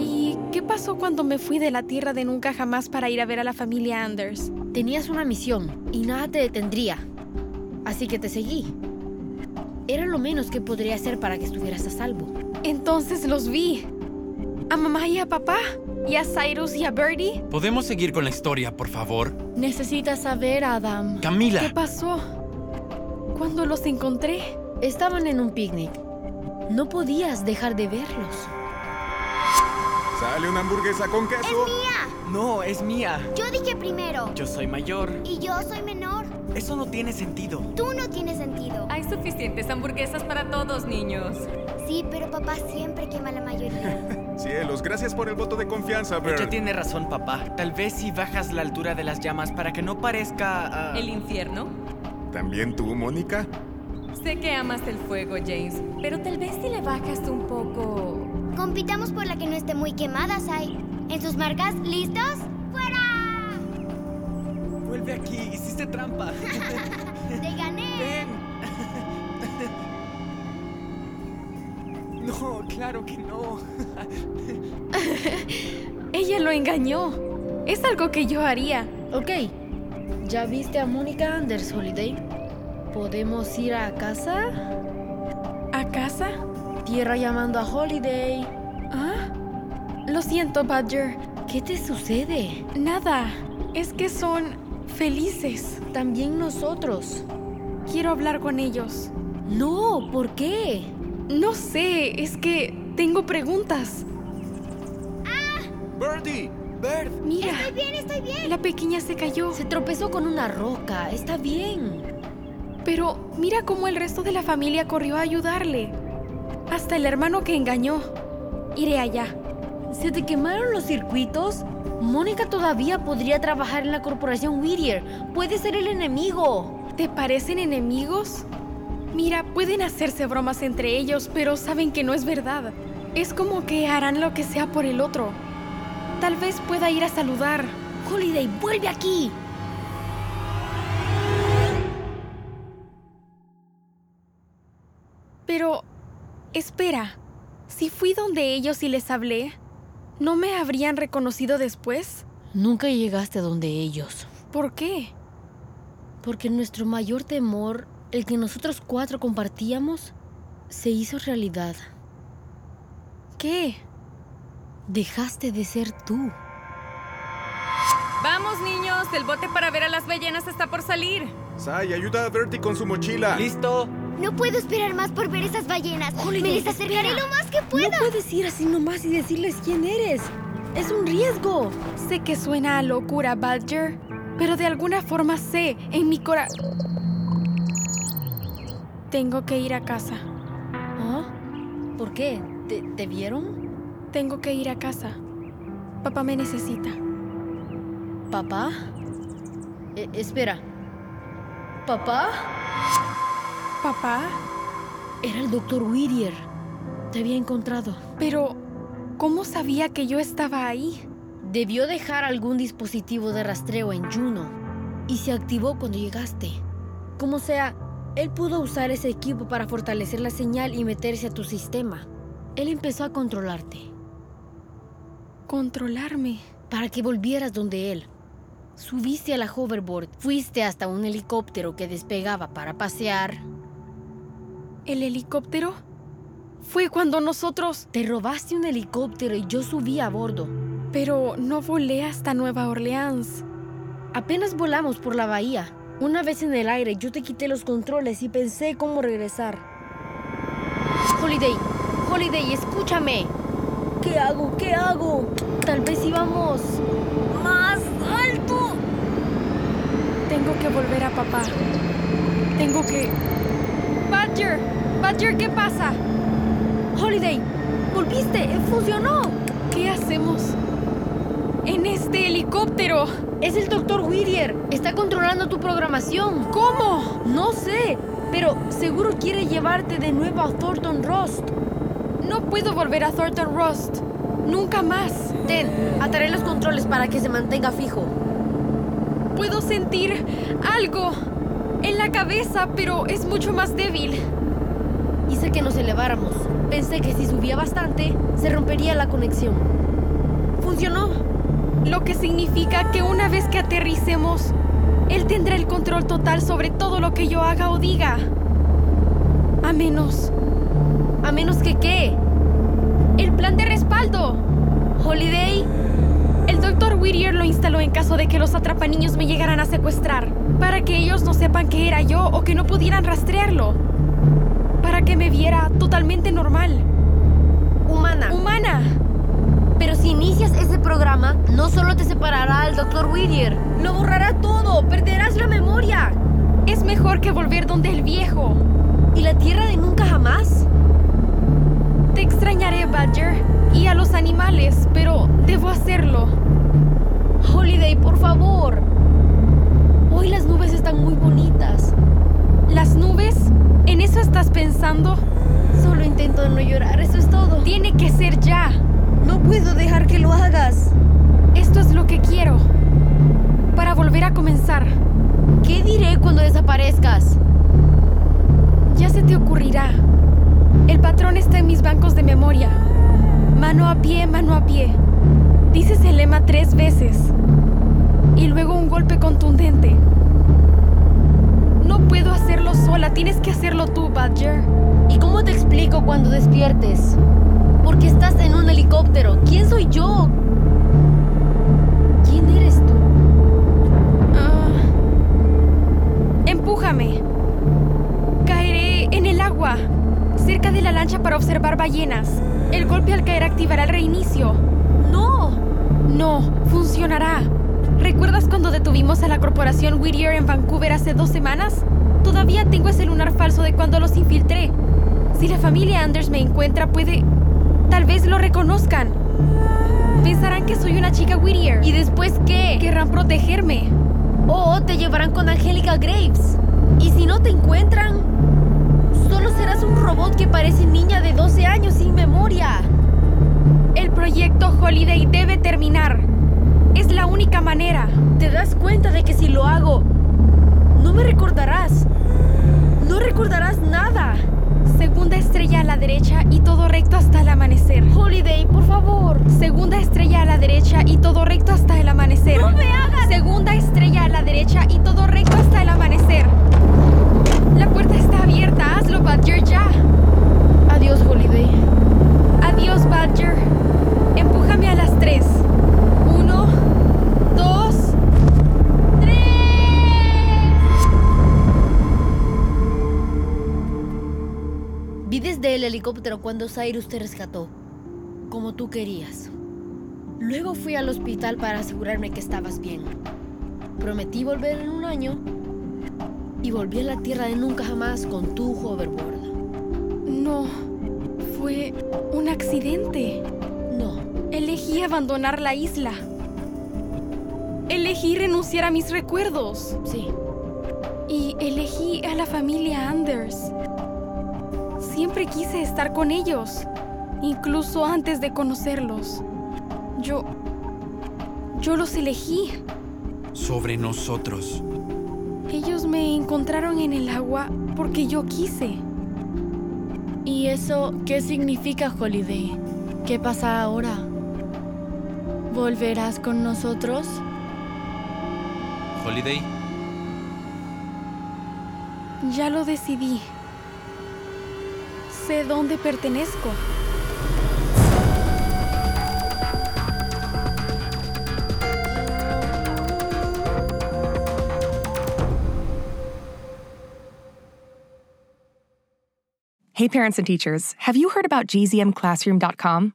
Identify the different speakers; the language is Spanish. Speaker 1: ¿Y qué pasó cuando me fui de la tierra de nunca jamás para ir a ver a la familia Anders?
Speaker 2: Tenías una misión y nada te detendría. Así que te seguí. Era lo menos que podría hacer para que estuvieras a salvo.
Speaker 1: Entonces los vi. A mamá y a papá. Y a Cyrus y a Birdie.
Speaker 3: ¿Podemos seguir con la historia, por favor?
Speaker 4: Necesitas saber, Adam.
Speaker 1: ¿Qué
Speaker 3: Camila,
Speaker 1: pasó? ¿Cuándo los encontré?
Speaker 2: Estaban en un picnic. No podías dejar de verlos.
Speaker 5: Sale una hamburguesa con queso.
Speaker 6: No, es mía.
Speaker 7: Yo dije primero
Speaker 6: Yo soy mayor.
Speaker 7: y yo soy menor.
Speaker 6: Eso no tiene sentido.
Speaker 7: Tú no tienes sentido. Ah,
Speaker 8: Hay suficientes hamburguesas para todos, niños.
Speaker 7: Sí, pero papá siempre quema la mayoría.
Speaker 5: Cielos, gracias por el voto de confianza,
Speaker 6: Ella
Speaker 5: Bird.
Speaker 6: tiene razón, papá. Tal vez si bajas la altura de las llamas para que no parezca... ah,
Speaker 8: ¿El infierno?
Speaker 5: ¿También tú, Mónica?
Speaker 8: Sé que amas el fuego, James, pero tal vez si le bajas un poco...
Speaker 7: Compitamos por la que no esté muy quemada, Sai. En sus marcas, ¿listos? ¡Fuera!
Speaker 6: Vuelve aquí, hiciste trampa.
Speaker 7: ¡Te gané!
Speaker 6: Ven. No, claro que no.
Speaker 1: Ella lo engañó. Es algo que yo haría.
Speaker 2: Ok. ¿Ya viste a Mónica Anders, Holiday? ¿Podemos ir a casa?
Speaker 1: ¿A casa?
Speaker 2: Tierra llamando a Holiday.
Speaker 1: ¿Ah? Lo siento, Badger.
Speaker 2: ¿Qué te sucede?
Speaker 1: Nada. Es que son felices.
Speaker 2: También nosotros.
Speaker 1: Quiero hablar con ellos.
Speaker 2: No, ¿por qué?
Speaker 1: No sé, es que tengo preguntas.
Speaker 5: ¡Birdie!
Speaker 6: Bird,
Speaker 1: Mira,
Speaker 7: ¡Estoy bien, estoy bien!
Speaker 1: la pequeña se cayó.
Speaker 2: Se tropezó con una roca. Está bien.
Speaker 1: Pero mira cómo el resto de la familia corrió a ayudarle. Hasta el hermano que engañó. Iré allá.
Speaker 2: ¿Se te quemaron los circuitos? Mónica todavía podría trabajar en la corporación Whittier. Puede ser el enemigo.
Speaker 1: ¿Te parecen enemigos? Mira, pueden hacerse bromas entre ellos, pero saben que no es verdad. Es como que harán lo que sea por el otro. Tal vez pueda ir a saludar.
Speaker 2: Holiday, vuelve aquí.
Speaker 1: Pero, espera, si fui donde ellos y les hablé, ¿no me habrían reconocido después?
Speaker 2: Nunca llegaste a donde ellos.
Speaker 1: ¿Por qué?
Speaker 2: Porque nuestro mayor temor, el que nosotros cuatro compartíamos, se hizo realidad.
Speaker 1: ¿Qué?
Speaker 2: Dejaste de ser tú.
Speaker 8: Vamos, niños, el bote para ver a las ballenas está por salir.
Speaker 5: Sai, ayuda a Bertie con su mochila.
Speaker 6: listo.
Speaker 7: No puedo esperar más por ver esas ballenas.
Speaker 2: Holiday,
Speaker 7: Me les acercaré
Speaker 2: espera.
Speaker 7: lo más que pueda.
Speaker 2: No puedes ir así nomás y decirles quién eres. Es un riesgo.
Speaker 1: Sé que suena a locura, Badger, pero de alguna forma sé, en mi cora... Tengo que ir a casa.
Speaker 2: ¿Ah? ¿Por qué? ¿Te, te vieron?
Speaker 1: Tengo que ir a casa. Papá me necesita.
Speaker 2: ¿Papá? E- espera. ¿Papá?
Speaker 1: ¿Papá?
Speaker 2: Era el doctor Whittier. Te había encontrado.
Speaker 1: Pero, ¿cómo sabía que yo estaba ahí?
Speaker 2: Debió dejar algún dispositivo de rastreo en Juno y se activó cuando llegaste. Como sea, él pudo usar ese equipo para fortalecer la señal y meterse a tu sistema. Él empezó a controlarte
Speaker 1: Controlarme.
Speaker 2: para que volvieras donde él. Subiste a la hoverboard, fuiste hasta un helicóptero que despegaba para pasear.
Speaker 1: ¿El helicóptero? Fue cuando nosotros...
Speaker 2: Te robaste un helicóptero y yo subí a bordo.
Speaker 1: Pero no volé hasta Nueva Orleans.
Speaker 2: Apenas volamos por la bahía. Una vez en el aire yo te quité los controles y pensé cómo regresar. Holiday, Holiday, escúchame. ¿Qué hago? ¿Qué hago? Tal vez íbamos más alto.
Speaker 1: Tengo que volver a papá. Tengo que... Badger, Badger, ¿qué pasa?
Speaker 2: Holiday, volviste, funcionó.
Speaker 1: ¿Qué hacemos? En este helicóptero.
Speaker 2: Es el doctor Whittier. Está controlando tu programación.
Speaker 1: ¿Cómo?
Speaker 2: No sé, pero seguro quiere llevarte de nuevo a Thornton Rust.
Speaker 1: No puedo volver a Thornton Rust. Nunca más.
Speaker 2: Ten, ataré los controles para que se mantenga fijo.
Speaker 1: Puedo sentir algo en la cabeza, pero es mucho más débil.
Speaker 2: Hice que nos eleváramos. Pensé que si subía bastante, se rompería la conexión. Funcionó.
Speaker 1: Lo que significa que una vez que aterricemos, él tendrá el control total sobre todo lo que yo haga o diga. A menos...
Speaker 2: ¿A menos que qué?
Speaker 1: El plan de respaldo.
Speaker 2: Holiday.
Speaker 1: El doctor Whittier lo instaló en caso de que los atrapaniños me llegaran a secuestrar, para que ellos no sepan que era yo o que no pudieran rastrearlo para que me viera totalmente normal.
Speaker 2: Humana.
Speaker 1: Humana.
Speaker 2: Pero si inicias ese programa, no solo te separará al Dr. Whittier, lo borrará todo, perderás la memoria.
Speaker 1: Es mejor que volver donde el viejo.
Speaker 2: ¿Y la tierra de nunca jamás?
Speaker 1: Te extrañaré, Badger, y a los animales, pero debo hacerlo.
Speaker 2: Holiday, por favor. Hoy las nubes están muy bonitas.
Speaker 1: ¿Las nubes? ¿En eso estás pensando?
Speaker 2: Solo intento no llorar, eso es todo.
Speaker 1: Tiene que ser ya.
Speaker 2: No puedo dejar que lo hagas.
Speaker 1: Esto es lo que quiero. Para volver a comenzar.
Speaker 2: ¿Qué diré cuando desaparezcas?
Speaker 1: Ya se te ocurrirá. El patrón está en mis bancos de memoria. Mano a pie, mano a pie. Dices el lema tres veces. Y luego un golpe contundente. No puedo hacerlo sola, tienes que hacerlo tú, Badger.
Speaker 2: ¿Y cómo te explico cuando despiertes? Porque estás en un helicóptero. ¿Quién soy yo? ¿Quién eres tú?
Speaker 1: Uh, Ah. empújame. Caeré en el agua, cerca de la lancha para observar ballenas. El golpe al caer activará el reinicio.
Speaker 2: ¡No!
Speaker 1: No, funcionará. ¿Recuerdas cuando detuvimos a la corporación Whittier en Vancouver hace dos semanas? Todavía tengo ese lunar falso de cuando los infiltré. Si la familia Anders me encuentra, puede... Tal vez lo reconozcan. Pensarán que soy una chica Whittier.
Speaker 2: ¿Y después qué?
Speaker 1: Querrán protegerme.
Speaker 2: O te llevarán con Angélica Graves. Y si no te encuentran, solo serás un robot que parece niña de 12 años sin memoria.
Speaker 1: El proyecto Holiday debe terminar. Es la única manera.
Speaker 2: ¿Te das cuenta de que si lo hago, no me recordarás? No recordarás nada.
Speaker 1: Segunda estrella a la derecha y todo recto hasta el amanecer.
Speaker 2: Holiday, por favor.
Speaker 1: Segunda estrella a la derecha y todo recto hasta el amanecer.
Speaker 2: ¡No me hagas!
Speaker 1: Segunda estrella a la derecha y todo recto hasta el amanecer. La puerta está abierta. Hazlo, Badger, ya.
Speaker 2: Adiós, Holiday.
Speaker 1: Adiós, Badger. Empújame a las tres. Uno, dos, tres.
Speaker 2: Vi desde el helicóptero cuando Cyrus te rescató, como tú querías. Luego fui al hospital para asegurarme que estabas bien. Prometí volver en un año y volví a la tierra de nunca jamás con tu hoverboard.
Speaker 1: No, fue un accidente.
Speaker 2: No.
Speaker 1: Elegí abandonar la isla. Elegí renunciar a mis recuerdos.
Speaker 2: Sí.
Speaker 1: Y elegí a la familia Anders. Siempre quise estar con ellos, incluso antes de conocerlos. Yo... Yo los elegí.
Speaker 3: Sobre nosotros.
Speaker 1: Ellos me encontraron en el agua porque yo quise.
Speaker 4: ¿Y eso qué significa, Holiday? ¿Qué pasa ahora? ¿Volverás con nosotros?
Speaker 9: Holiday?
Speaker 1: Ya lo decidí. Sé dónde pertenezco.
Speaker 10: Hey, parents and teachers, have you heard about gzmclassroom.com?